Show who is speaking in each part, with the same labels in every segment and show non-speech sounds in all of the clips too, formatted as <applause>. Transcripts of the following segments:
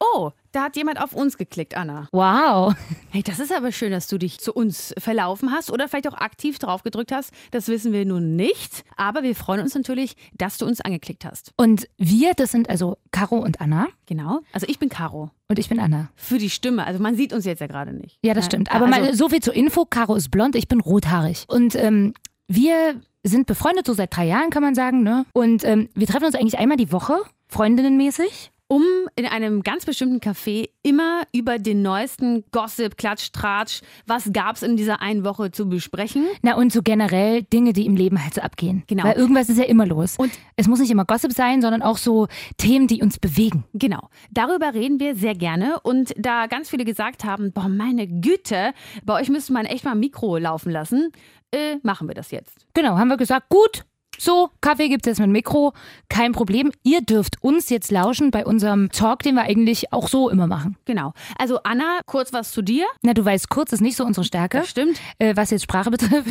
Speaker 1: Oh, Da hat jemand auf uns geklickt, Anna.
Speaker 2: Wow.
Speaker 1: Hey, das ist aber schön, dass du dich zu uns verlaufen hast oder vielleicht auch aktiv drauf gedrückt hast. Das wissen wir nun nicht. Aber wir freuen uns natürlich, dass du uns angeklickt hast.
Speaker 2: Und wir, das sind also Caro und Anna.
Speaker 1: Genau. Also ich bin Caro.
Speaker 2: Und ich bin Anna.
Speaker 1: Für die Stimme. Also man sieht uns jetzt ja gerade nicht.
Speaker 2: Ja, das
Speaker 1: Nein.
Speaker 2: stimmt. Aber
Speaker 1: also,
Speaker 2: mal so viel zur Info. Caro ist blond, ich bin rothaarig. Und ähm, wir sind befreundet, so seit drei Jahren kann man sagen. Ne? Und ähm, wir treffen uns eigentlich einmal die Woche, freundinnenmäßig.
Speaker 1: um in einem ganz bestimmten Café immer über den neuesten Gossip, Klatsch, Tratsch, was gab's in dieser einen Woche zu besprechen.
Speaker 2: Na und so generell Dinge, die im Leben halt so abgehen.
Speaker 1: Genau.
Speaker 2: Weil irgendwas ist ja immer los.
Speaker 1: Und-
Speaker 2: es muss nicht immer Gossip sein, sondern auch so Themen, die uns bewegen.
Speaker 1: Genau, darüber reden wir sehr gerne. Und da ganz viele gesagt haben, boah, meine Güte, bei euch müsste man echt mal ein Mikro laufen lassen, äh, machen wir das jetzt.
Speaker 2: Genau, haben wir gesagt, gut, so, Kaffee gibt es mit Mikro, kein Problem. Ihr dürft uns jetzt lauschen bei unserem Talk, den wir eigentlich auch so immer machen.
Speaker 1: Genau. Also Anna, kurz was zu dir.
Speaker 2: Na, du weißt, kurz ist nicht so unsere Stärke.
Speaker 1: Das stimmt.
Speaker 2: äh, was jetzt Sprache betrifft.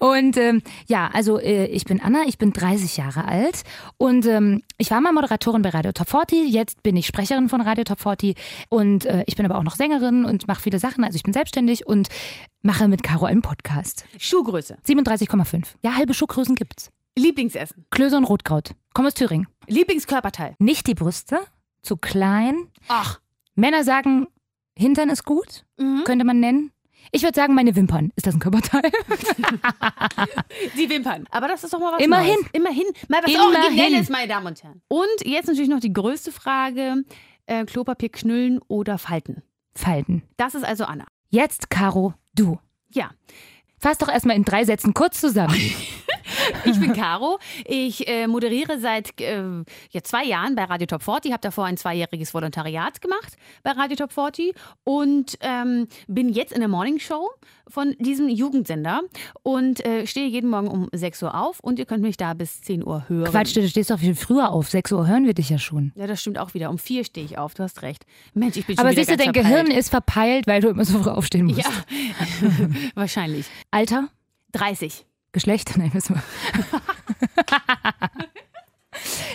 Speaker 2: und ähm, ja, also äh, ich bin Anna, ich bin 30 Jahre alt und ähm, ich war mal Moderatorin bei Radio Top 40, jetzt bin ich Sprecherin von Radio Top 40 und äh, ich bin aber auch noch Sängerin und mache viele Sachen, also ich bin selbstständig und mache mit Caro einen Podcast.
Speaker 1: Schuhgröße.
Speaker 2: 37,5. Ja, halbe Schuhgrößen gibt's.
Speaker 1: Lieblingsessen.
Speaker 2: Klöser und Rotkraut. Komm aus Thüringen.
Speaker 1: Lieblingskörperteil.
Speaker 2: Nicht die Brüste, zu klein.
Speaker 1: Ach.
Speaker 2: Männer sagen, Hintern ist gut,
Speaker 1: Mhm.
Speaker 2: könnte man nennen. Ich würde sagen, meine Wimpern. Ist das ein Körperteil? <laughs>
Speaker 1: Die Wimpern. Aber das ist doch mal was
Speaker 2: Immerhin.
Speaker 1: Neues. Immerhin. Mal was
Speaker 2: Immerhin.
Speaker 1: Originelles, meine Damen und Herren. Und jetzt natürlich noch die größte Frage. Äh, Klopapier knüllen oder falten.
Speaker 2: Falten.
Speaker 1: Das ist also Anna.
Speaker 2: Jetzt, Caro, du.
Speaker 1: Ja,
Speaker 2: Fass doch erstmal in drei Sätzen kurz zusammen.
Speaker 1: Ich bin Caro. Ich äh, moderiere seit äh, ja, zwei Jahren bei Radio Top 40. Habe davor ein zweijähriges Volontariat gemacht bei Radio Top 40 und ähm, bin jetzt in der Morning Show von diesem Jugendsender und äh, stehe jeden Morgen um 6 Uhr auf und ihr könnt mich da bis 10 Uhr hören.
Speaker 2: Quatsch, du stehst doch viel früher auf. Sechs Uhr hören wir dich ja schon.
Speaker 1: Ja, das stimmt auch wieder. Um 4 stehe ich auf, du hast recht. Mensch, ich bin schon
Speaker 2: Aber
Speaker 1: wieder
Speaker 2: siehst du,
Speaker 1: ganz
Speaker 2: dein
Speaker 1: verpeilt.
Speaker 2: Gehirn ist verpeilt, weil du immer so früh aufstehen musst.
Speaker 1: Ja, <laughs> wahrscheinlich.
Speaker 2: Alter,
Speaker 1: 30.
Speaker 2: Geschlecht, <laughs> nein, wissen
Speaker 1: <laughs>
Speaker 2: wir.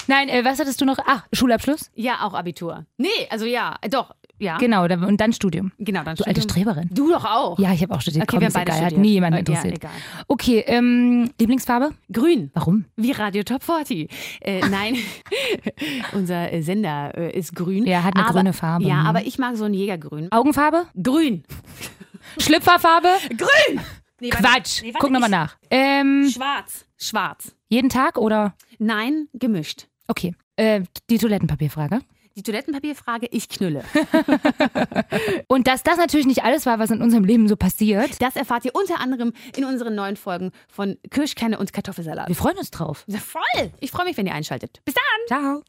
Speaker 2: nein, äh, was hattest du noch? Ach, Schulabschluss?
Speaker 1: Ja, auch Abitur. Nee, also ja, äh, doch, ja.
Speaker 2: Genau, da- und dann Studium.
Speaker 1: genau, dann
Speaker 2: Du alte
Speaker 1: Studium.
Speaker 2: Streberin.
Speaker 1: Du doch auch.
Speaker 2: Ja, ich habe auch studiert.
Speaker 1: Okay,
Speaker 2: Komm,
Speaker 1: wir
Speaker 2: ist
Speaker 1: haben beide
Speaker 2: egal, hat
Speaker 1: studiert.
Speaker 2: nie jemand
Speaker 1: Äh, ja,
Speaker 2: interessiert.
Speaker 1: egal.
Speaker 2: Okay, ähm, Lieblingsfarbe?
Speaker 1: Grün.
Speaker 2: Warum?
Speaker 1: Wie Radio Top 40. Äh, nein, <laughs> unser äh, Sender äh, ist grün.
Speaker 2: Ja, hat eine
Speaker 1: aber,
Speaker 2: grüne Farbe.
Speaker 1: Ja,
Speaker 2: Mhm.
Speaker 1: aber ich mag so ein Jägergrün. <laughs>
Speaker 2: Augenfarbe?
Speaker 1: Grün.
Speaker 2: Schlüpferfarbe?
Speaker 1: Grün! Nee, warte.
Speaker 2: Quatsch!
Speaker 1: Nee, warte,
Speaker 2: Guck nochmal
Speaker 1: ich-
Speaker 2: nach. Ähm,
Speaker 1: Schwarz. Schwarz.
Speaker 2: jeden Tag oder?
Speaker 1: Nein, gemischt.
Speaker 2: Okay. Äh, die Toilettenpapierfrage.
Speaker 1: Die Toilettenpapierfrage, ich
Speaker 2: <laughs>
Speaker 1: knülle.
Speaker 2: Und dass das natürlich nicht alles war, was in unserem Leben so passiert.
Speaker 1: Das erfahrt ihr unter anderem in unseren neuen Folgen von Kirschkerne und Kartoffelsalat.
Speaker 2: Wir freuen uns drauf.
Speaker 1: Voll! Ich freue mich, wenn ihr einschaltet. Bis dann!
Speaker 2: Ciao.